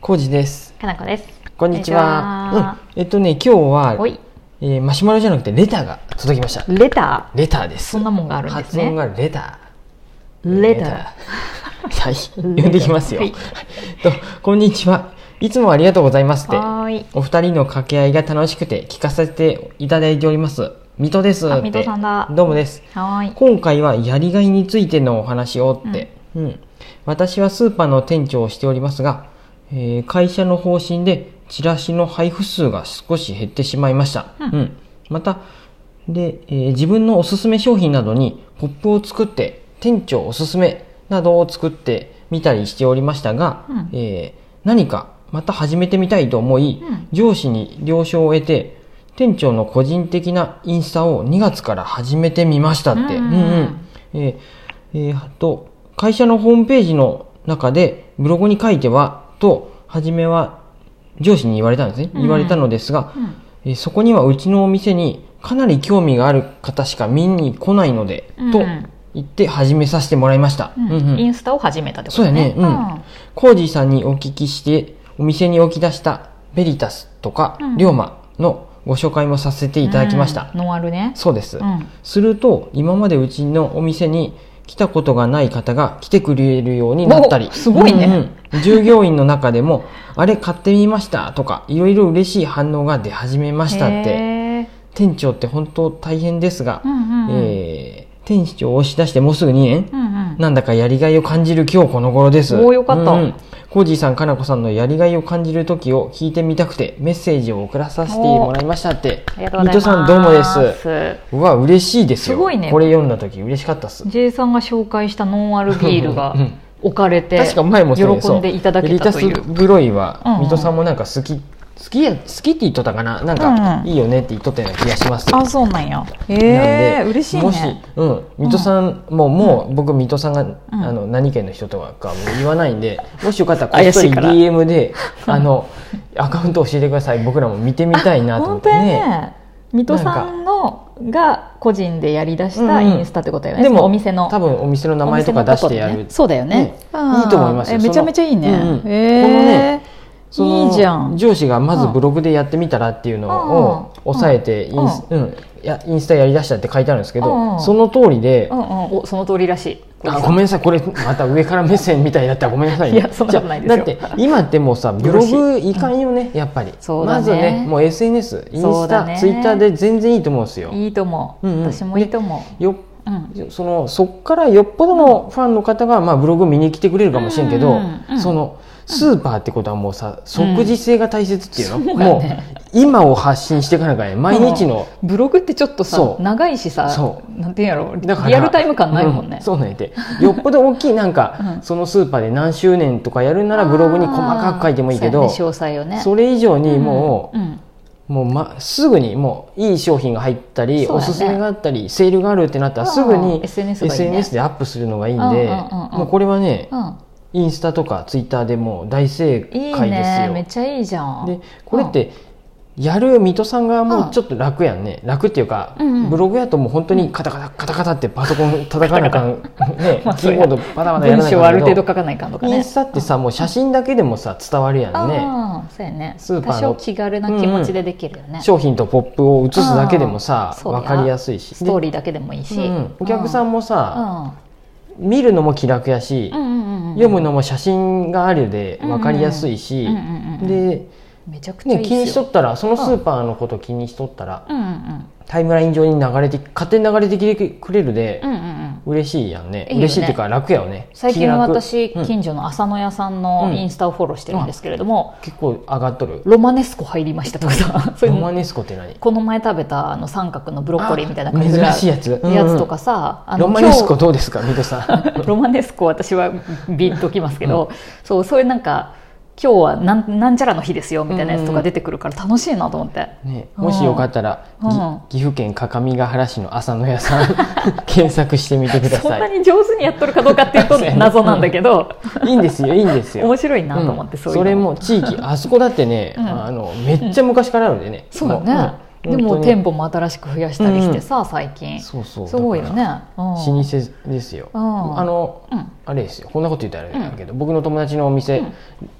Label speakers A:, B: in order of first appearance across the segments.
A: コウジです。
B: かなこです。
A: こんにちは。
B: こんにちは
A: うん、えっとね、今日
B: お
A: は、
B: い、
A: えーマシュマロじゃなくてレターが届きました。
B: レタ
A: レターです。
B: そんなもんがあるんですね
A: 発音がレター。
B: ー、レタ
A: ー。はい、読んできますよ。
B: は
A: はいい と、こんにちは。いつもありがとうございますっ
B: ー。
A: て。
B: はーい。
A: お二人の掛け合いが楽しくて聞かせていただいております。水戸ですって。
B: あ水戸さんだ
A: どうもです。
B: はーい。
A: 今回はやりがいについてのお話をって、うん私はスーパーの店長をしておりますが、えー会社の方針でチラシの配布数が少し減ってしまいました、
B: うん
A: またで、えー自分のおすすめ商品などにポップを作って店長おすすめなどを作ってみたりしておりましたが、
B: うん
A: えー何かまた始めてみたいと思い、
B: うん
A: 上司に了承を得て店長の個人的なインスタを2月から始めてみましたって、
B: うん
A: えーえーと会社のホームページの中でブログに書いてはと初めは上司に言われたんですね、
B: うん
A: 言われたのですが、
B: うん。
A: えーそこにはうちのお店にかなり興味がある方しか見に来ないので、
B: うん
A: と言って始めさせてもらいました、
B: う
A: う
B: ん
A: んうん
B: インスタを始めたってことね。
A: そうやねコージーさんにお聞きしてお店に置き出したベリタスとか、
B: うん
A: 龍馬のご紹介もさせて
B: うん
A: いただきました、
B: うんノンアルね。
A: そうです、
B: うん。
A: すると今までうちのお店に来たことがない方が来てくれるようになったり
B: おすごいね
A: うんうん従業員の中でも「あれ買ってみました」とかいろいろ嬉しい反応が出始めましたって
B: へー
A: 店長って本当大変ですが、
B: うんうんうん。
A: えー店長を押し出してもうすぐ2年、
B: うんうん。
A: なんだかやりがいを感じる今日この頃です。
B: おーよかった
A: うんコージーさん、かなこさんのやりがいを感じる時を聞いてみたくて、メッセージを送らさせてもらいましたって。
B: ありがとうございます。
A: 水戸さん、どうもです。
B: す。
A: うわ、嬉しいですよ。
B: すごいね
A: これ読んだ時嬉しかったっす。
B: J さんが紹介したノンアルビールが
A: うんうん
B: 置かれて、
A: 確か前もそう
B: 喜んでいただけたと
A: そう
B: い
A: エリタ
B: う
A: ス。ブロイは、
B: うんうん
A: 水戸さんもなんか好き、好きや、好きって言っとったかななんか
B: う、ん
A: いいよねって言っとったような気がします。
B: あ、そうなんや。
A: な
B: へ
A: ん
B: え、
A: で
B: 嬉しい
A: もし
B: ね。、
A: うん、水戸さん、もう、もう、僕、水戸さんが、
B: ん
A: あの、何県の人とかかもう言わないんで、もしよかったら、こっそり
B: 怪しいから
A: DM で、あの、アカウント教えてください。僕らも見てみたいなと思
B: 本
A: っ
B: 当
A: て
B: や
A: ね。
B: ね。水戸さんのが個人でやりだし
A: うんう
B: た
A: ん
B: インスタってことよね。
A: でも、
B: お店の
A: 多分、お店の名前とか出してや
B: お店のこ
A: る
B: ね。そうだよね、
A: うんいいと思いますよ
B: え
A: その
B: めちゃめちゃいい
A: う
B: ね、
A: んうん
B: えー
A: このねその
B: いいじゃん
A: 上司がまずブログでやってみたらっていうのを
B: うん
A: 押さえてインス、うん、いやインスタやりだしたって書いてあるんですけ
B: うんう
A: ど、
B: ん
A: その通りで
B: うんう、んおその通りらしい
A: あごめんなさいこれまた上から目線みたいだったらごめんなさいね
B: いやそんなことないですよ
A: じゃあだって今ってもうさブログいかんよねやっぱり
B: そうだね
A: まずねもう SNS イン
B: そ
A: ス
B: う
A: タ、
B: だね
A: ツイッターで全然いいと思うんですよ
B: いいと思う、
A: うんうん
B: 私もいいと思
A: よ
B: う、うん、
A: そのそっからよっぽどのファンの方が、まあ、ブログ見に来てくれるかもしれんけど、
B: うんうんうん
A: そのスーパーってことはもうさ即時性が大切っていうの、
B: うんそうや
A: も
B: ね
A: う今を発信していかなきゃね毎日の、
B: ブログってちょっとさ
A: そう
B: 長いしさ
A: そ
B: なんていうんやろ
A: だから
B: リアルタイム感ないもんね、
A: うそうなんやてよっぽど大きいなんか、
B: うん
A: そのスーパーで何周年とかやるならブログに細かく書いてもいいけ
B: あ
A: ど
B: ーそうやね詳細をね
A: それ以上にもう,、
B: んん
A: もうま、すぐにもういい商品が入ったり、
B: そう
A: お
B: やね
A: すすめがあったりセールがあるってなったらすぐ
B: う
A: に
B: ん SNS がいいね
A: でアップするのがいいんで、
B: うんうんうんうん
A: もうこれはね
B: うん
A: インスタとかツイッターでもう大正
B: いい
A: 解です
B: ね
A: よ。
B: めっちゃいいじゃん
A: でこれってやる水戸さん側もちょっと楽やんね、楽っていうか、
B: うんうん
A: ブログやともう本当にカタカタカタカタってパソコン叩かなあかん、ね、
B: まあ
A: キーボードパタパタやら
B: 文
A: なあ
B: 章あ
A: かん
B: る程
A: け
B: 度
A: ど
B: 書かないかんとか
A: イン
B: ね
A: スタってさもう写真だけでもさ伝わるやんね
B: あーそうやね
A: スーパーの
B: 多少気軽な気持ちでできるよね、
A: 商品とポップを写すだけでもさ
B: うんそうや
A: 分かりやすいし
B: ストーリ
A: ー
B: ーだけでもいいし、
A: お客さんもさ、
B: うん
A: 見るのも気楽やし、
B: うんうんうんうん、
A: 読むのも写真があるで分かりやすいし、
B: うんうんうん
A: で
B: めちゃくちゃい
A: ね、
B: い
A: 気に
B: で
A: し
B: す
A: と
B: よ。
A: ったらそのスーパーのこと気にしとったら、
B: うんうんうん
A: タイムライン上に流れて勝手に流れてきてくれるで、
B: うんうんうん。
A: 嬉しいやんね
B: いいよね
A: 嬉しいっていうか楽やよね
B: 最近
A: 気楽
B: 私
A: うん
B: 近所の浅野屋さんのインスタをフォローしてるんですけれども、
A: 結構上がっとる
B: ロマネスコ入りましたとか さ、そうい
A: ロ
B: う
A: マ
B: の
A: ネスコって何
B: この前食べたあの三角のブロッコリーみたいな感じ
A: あ珍しいやつうんうん
B: やつとかさ、あの
A: ロマネスコ
B: 今日
A: どうですか水戸さ
B: ロマネスコ私はビンときますけど、そうそういうなんか今日はなんなんちゃらの日ですよみたいなやつとか出てくるから楽しいなと思って。
A: ん、ね、もしよかったら、ぎ
B: うん
A: 岐阜県各務原市の浅野屋さん 検索してみてくだ
B: そんな
A: さい
B: に上手にやっとるかどうかっていう と
A: そうやね
B: 謎なんだけど、
A: いいんですよいいんですよ
B: 面白いなと思って、
A: うん
B: そういうの
A: れも地域あそこだってね、
B: うん
A: あのめっちゃ昔からあるんでね、
B: そうだね
A: も
B: で
A: 本当
B: も
A: に
B: 店舗も新しく増やしたりしてさ、最近す
A: そうそう
B: ごいよね
A: だか
B: 老
A: ら老舗ですよ、
B: うん
A: あの
B: うん
A: あれですよこんなこと言ったらあれだけど、僕の友達のお店、
B: うん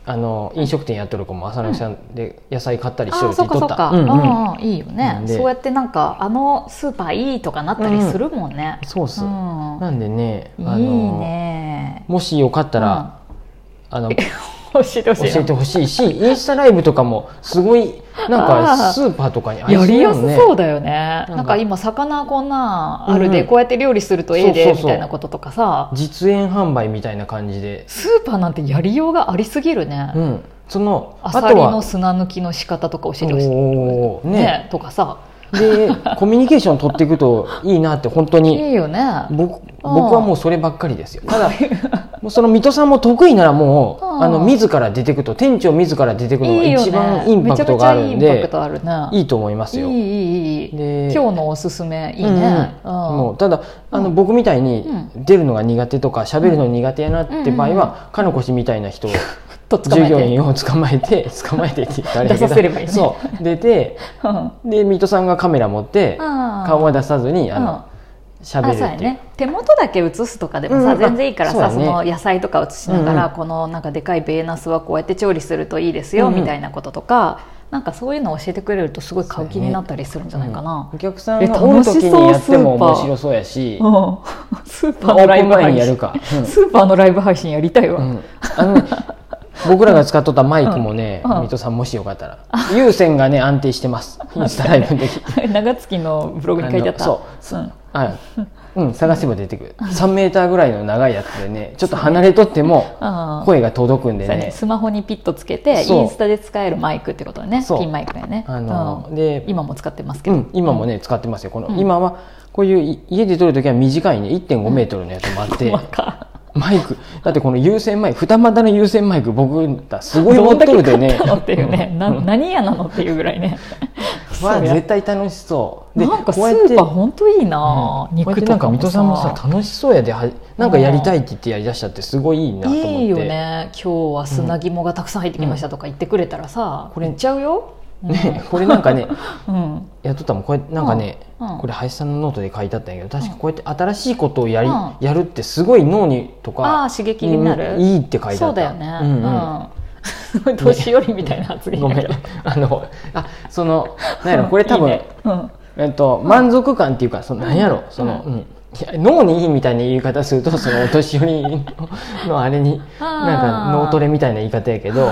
A: あの飲食店やっとる子も浅野さんで野菜買ったりし
B: あ
A: てる
B: あ
A: って
B: そ
A: 言
B: っ
A: っと
B: かそ
A: っ
B: ったか、
A: うんうん
B: うんいいよ
A: な
B: ね
A: んで
B: そうやってなんかあのスーパーいいとかなったりするもんね、
A: そうです、
B: うん
A: なんでねあ
B: いい
A: の
B: ね
A: もしよかったら、あ の教
B: 教えてほしい
A: えてほしいしインスタライブとかもすごいなん
B: あ
A: か
B: ー
A: スーパーとかにあ
B: やりや
A: ね
B: すそうだよねなん
A: か
B: んか今魚こんなんある
A: う
B: で
A: ん
B: こうやって料理するとええ
A: そう
B: で
A: そう
B: み
A: そう
B: たいなこととかさ
A: 実演販売みたいな感じで、
B: スーパーなんてやりようがありすぎるね
A: うん、その
B: あさ
A: と
B: り
A: は
B: の砂抜きの仕方とか教えてほしい
A: おー
B: ね
A: ね
B: とかさ
A: でコミュニケーション取っていくといいなって本当
B: い
A: に
B: いよね
A: 僕僕はもうそればっかりですよただもうその水戸さんも得意ならもう
B: うん
A: あの自ら出てくと店長自ら出てくのが
B: いいよね
A: 一番インパクトがあるん
B: めちゃくちゃいいインパ
A: で
B: クトあるね
A: いいと思います
B: いい
A: よ。
B: いいいい
A: で
B: 今日のおすすめいいね、
A: うんうんもうただあの僕みたいに
B: う
A: 出るのが苦手とか喋るの苦手やなって場合はかのこしみたいな人を
B: と っ捕
A: 従
B: まえ
A: 業
B: て
A: 員を捕まえ て捕まえてって言ったらあれだけど
B: 出させればいいね
A: そう出て
B: うん
A: で水戸さんがカメラ持って
B: あー
A: 顔は出さずに
B: うん
A: あの喋
B: あそ
A: る
B: うや
A: っていう
B: ね手元だけ写すとかでもさ、
A: うん
B: 全然いいから
A: そう
B: さ
A: や
B: そ,、
A: ね
B: の野菜とか写しなが
A: う
B: ら、
A: ん
B: このなんかでかいベーナスはこうやって調理するといいですよ、
A: うんうん
B: みたいなこととかなんかそういうのを教えてくれるとすごい買う気になったりするんじゃないかな
A: うんお。客さんがおる時にやっても
B: え楽し
A: 面
B: そう
A: 白そうやし
B: うん スーパ
A: オ
B: ーの
A: ー
B: ライ
A: プン
B: ブ
A: 前
B: 配
A: に
B: 信
A: やるか、うん
B: スーパーのライブ配信やりたいわ、
A: うんあのね僕らが使っとったマイクもね、
B: うんうん
A: 水戸さんもしよかったら有線がね安定してますインスタライブの時
B: 長月のブログに書いてあった
A: あの
B: う、ん、
A: あうん探せば出てくる3メーターぐらいの長いやつでねちょっと離れとっても
B: あー
A: 声が届くんで
B: そうやね
A: ね
B: スマホにピッとつけて
A: そう
B: インスタで使えるマイクってことだね
A: そう
B: ピンマイクやね、
A: あの
B: うん
A: で
B: 今も使ってますけ
A: う
B: ど、
A: ん、今もね使ってますよこの、
B: うん
A: 今はこういうい家で撮る時は短いね1.5メートルのやつもあって、
B: 細か
A: マイクだってこの有線マイク二股の有線マイク僕だすごい持っとるでね
B: どんだけ買ったのっていうね、な何やなのっていうぐらいね
A: わあ
B: そりゃ
A: 絶対楽しそうで
B: なんかス
A: こうやって
B: ーパー本当いいな、
A: うんこうやっ
B: 肉
A: て
B: と
A: なん
B: か
A: か
B: も
A: 水戸さんもさ楽しそうやではなんかやりたいって言ってやりだしたってすごいいいなと思って
B: いいよね今日は砂肝がたくさん入ってきましたとか言ってくれたらさ、
A: これ
B: 行っちゃうよ、うん
A: ねこれなんかね
B: うん
A: やっとったもんこれなんかね、
B: うんうん
A: これ林さんのノートで書いてあったんやけど確かこうやって新しいことをやり、
B: うん
A: やるってすごい脳にとか
B: あー刺激になる
A: うんいいって書いてあった
B: そうだよね、
A: う
B: うん
A: んうん
B: すごい年寄りみたいな発言
A: ご
B: だ
A: め
B: け
A: ん
B: ど、
A: あのあそのなんやろこれ多分
B: いいねうん
A: えっと、満足感っていうかそのなんやろその、
B: う
A: うんいや脳にいいみたいな言い方すると そのお年寄りののあれに
B: あー
A: なんか脳トレみたいな言い方やけ ど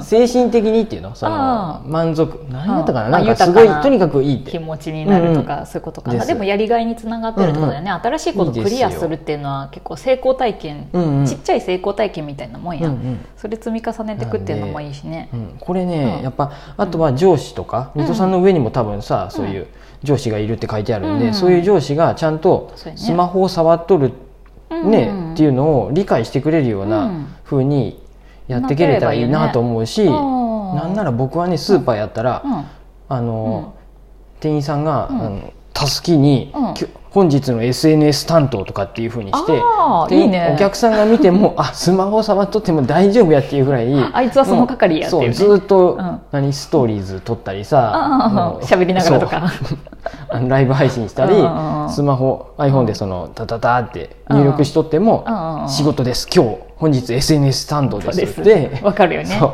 A: 精神的にっていうのそ
B: あ
A: の満足何やったか
B: うん
A: ななん
B: あ
A: かす
B: 豊
A: ご
B: か
A: い
B: な
A: とにかくいいっ
B: 気
A: て
B: 持ちになるとか、そういうことか
A: で
B: な
A: す
B: でもやりがいにつながってるってことだよね、新しいことをクリアするっていうのは結構成功体験
A: うんうん
B: ちっちゃい成功体験みたいなもんや、
A: うんうん
B: それ積み重ねてくっていうのもいいしね
A: うん、これね、
B: うん
A: やっぱあとは上司とか水戸さんの上にも多分さ、そういう上司がいるって書いてあるんで、
B: うん
A: そういう上司がちゃんと
B: そうやね
A: スマホを触っとる、ね
B: うん
A: っていうのを理解してくれるよう
B: う
A: なん風にやってけれたらいいなと思うし、
B: なければいいよねうん
A: なんなら僕はねスーパーやったら、
B: うん
A: あの、店員さんが、
B: ん
A: あのたすきに、
B: うん
A: きょ本日の SNS 担当とかっていう風にして
B: あー
A: で
B: いいね
A: お客さんが見てもあスマホ触っとっても大丈夫やっていうぐらい
B: あいつはその係やっていうね
A: もそうずっと、
B: うん
A: 何ストーリーズ撮ったりさ
B: あ
A: もう
B: あ喋りながらとか
A: そう あのライブ配信したり
B: うんうんうん
A: スマホ iPhone でそのタタタって入力しとって
B: うんうんう
A: も
B: ん
A: 仕事です今日本日 SNS 担当です
B: です
A: で
B: わかるよね
A: そう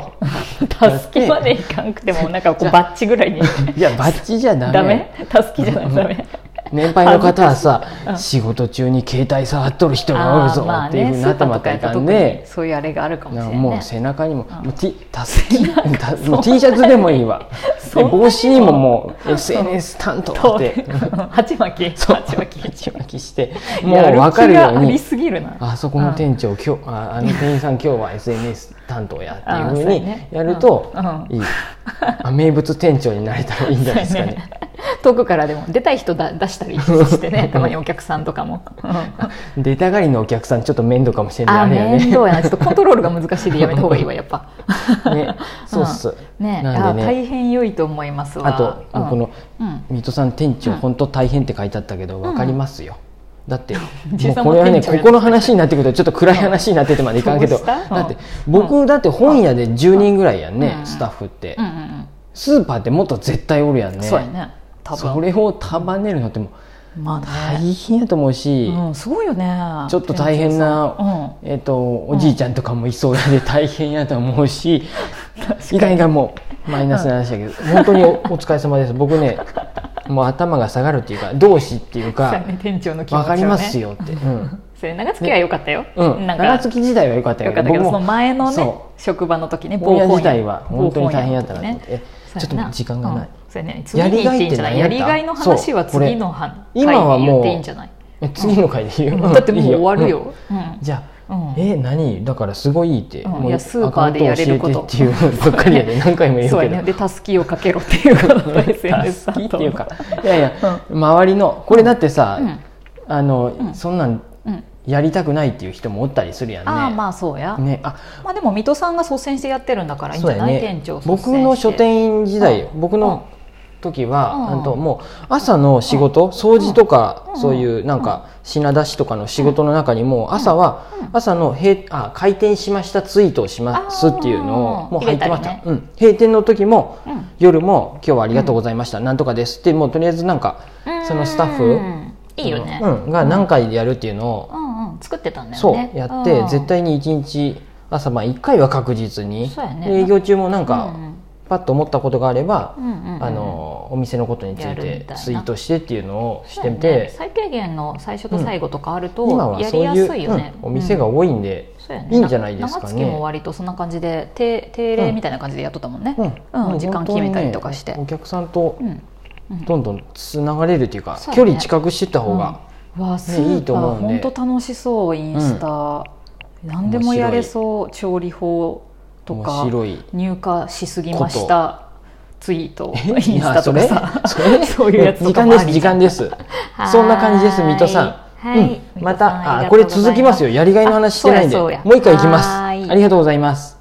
B: 助けまでいかんくてもなんかこうバッチぐらいに
A: いやバッチじゃダメ
B: ダメ助けじゃないダメ
A: 年配の方はさ、
B: うん
A: 仕事中に携帯触っとる人がおる
B: ああ
A: ぞ
B: まあ
A: っていう
B: ね
A: ふう
B: ス
A: にな
B: ー
A: って
B: パー
A: ま
B: と
A: っ
B: か
A: たらい
B: やと
A: かん
B: 特
A: で
B: に、そういうあれがあるかもしれ
A: なんか
B: ないね
A: もう背中にも、もう T たすきた
B: そう
A: もう T シャツでもいいわ
B: そ
A: で
B: んなにも
A: 帽子にももう SNS 担当
B: と
A: って
B: 鉢巻き
A: そう
B: 鉢巻き
A: 鉢巻きしてもう
B: やる
A: 分
B: 気
A: かるよ
B: が
A: う
B: あり
A: に
B: すぎるな
A: あそこの店長今日ああの店員さん今日は SNS 担当やっていうふう
B: あーそうや
A: に
B: ね
A: やると
B: うんうん
A: いい、あ名物店長になれたらいいんじゃないですかね。
B: 遠くからでも出たい人だ出し たりしてねたまにお客さんとかも、うんあ
A: 出たがりのお客さんちょっと面倒かもしれない
B: ー
A: あれやね
B: 面倒やなちょっとコントロールが難しいでやめた方がいいわやっぱ
A: ねそうっす
B: んね
A: なんでね
B: あー大変良いと思いますわ
A: あと、この
B: うん
A: 水戸さん店長、
B: うん
A: 本当大変って書いてあったけど分かりますよ、だ っても
B: 実
A: う
B: 際
A: これはね
B: 店長
A: こ
B: やって
A: この話になってくるとちょっと暗い話になっててまでいかんけど、
B: うんどうした
A: だって
B: うん
A: 僕だって本屋で10人ぐらいやんね、
B: うん
A: スタッフって、
B: うんうんうん
A: スーパーってもっと絶対おるやんね
B: そうやね多分
A: それを束ねるのっても
B: ま
A: う
B: あ
A: 大
B: ね、
A: 変やと思うし、
B: うん、すごいよね
A: ちょっと大変な、えっとおじいちゃんとかもいそうで大変やと思うし、いかんいかんもうマイナスな話だけど、本当におお疲れ様です僕ねもう頭が下がるっていうか同志っていう
B: 店長さ
A: か
B: んうんそうやね店長の気持ち
A: 分
B: をね
A: かりますよって、うん
B: それ長月は良かったよ、
A: うん、
B: なん
A: 長
B: か
A: 月時代は良かった
B: よ
A: よ
B: かったけどその
A: 僕も
B: 前のね
A: そ
B: 職場の時ね
A: 本屋
B: 暴行
A: 時代は本当に大変やったなと思
B: 暴行や
A: っ
B: の時
A: て、
B: ね
A: えちょっと時間がない、
B: そうやなうんそうや
A: やり
B: ね次に行っ
A: が
B: て
A: いっ
B: いいん
A: て
B: じゃな
A: 何
B: い
A: や
B: や
A: った
B: りがいの話は次の
A: そうこれ
B: 回に言っていいんじゃない
A: え次の回で言う、
B: だってもう
A: いいよ
B: 終わるよ、うん
A: じゃあ、
B: うん
A: え何だからすごいいいって、
B: うん
A: も
B: いや
A: う
B: スーパーでやれること
A: アカウント教えてっていうばっかりやで何回も言う
B: そう
A: け
B: や
A: ど
B: ねでたすきをかけろっていう ことと SNS
A: 好
B: さ
A: き
B: ん
A: って
B: と
A: いうかいやいや、周りのこれだってさ、
B: うん
A: あの、
B: うん
A: そんなん
B: うん
A: やりたくないっていう人もおったりするやんね
B: ああまあそうや、
A: ねあ
B: まあでも水戸さんが率先してやってるんだからいいん
A: そ
B: じ
A: う
B: ゃ
A: や
B: ない、
A: ね
B: 店長率先して
A: 僕の書店員時代、僕の時は、
B: うん
A: あともう朝の仕事、掃除とか、
B: うん
A: そういうなんか品出しとかの仕事の中にもう朝は、
B: うん
A: 朝の閉あ開店しましたツイートをしますっていうの
B: あー
A: をもう入ってました
B: 入れ
A: うん、閉店の時も、
B: うん
A: 夜も今日はありがとうございました、なんとかですってもうとりあえずなんかそのスタッフ
B: うんいいよね、
A: うん、が何回でやるっていうのを、
B: うんうん、作ってたんだよ
A: そう
B: ね
A: やって、
B: うん
A: 絶対に一日朝晩1回は確実に、
B: そうやね
A: で営業中もなんか、
B: うん
A: パッと思ったことがあれば、
B: うんうんうん
A: あのお店のことにつ
B: や
A: い
B: るみ
A: て
B: たいな
A: ツイートしてっていうのをして
B: そうや
A: て
B: ね、最低限の最初と最後とかある
A: 今
B: と
A: は
B: や
A: そ
B: り
A: う
B: や
A: いう
B: すいよね、
A: うんお店が
B: うん
A: 多いんで、
B: そうやね
A: いいんじゃないですか
B: 長月も
A: ね。
B: 割とそんな感じで定定例みたいな感じでやっとったもんね、うん時間決めたりとかして
A: 本当にねお客さんと
B: うんうん
A: どんどんつながれるっていうか、
B: そうや
A: 距
B: ね
A: 離近くしてった方が、
B: うんわあス
A: い
B: ー
A: いと
B: パ
A: 思
B: ー
A: うんで
B: 本当楽しそうインスタ、何でもやれそう調理法とか
A: 面白い。
B: 入荷しすぎましたツイートイン
A: えい
B: ス
A: や
B: タ
A: そ
B: とか
A: れ
B: さ
A: それ
B: そういうやつと
A: 時
B: か
A: 間
B: も
A: で
B: あ
A: す
B: り
A: 時間ですそんな感じです水戸さん、
B: はい
A: うん、またあ
B: 水戸さんりがとうござい
A: これ続きますよやりがいの話してないんで
B: あそうやそうや
A: もう一回いきます
B: はーい
A: ありがとうございます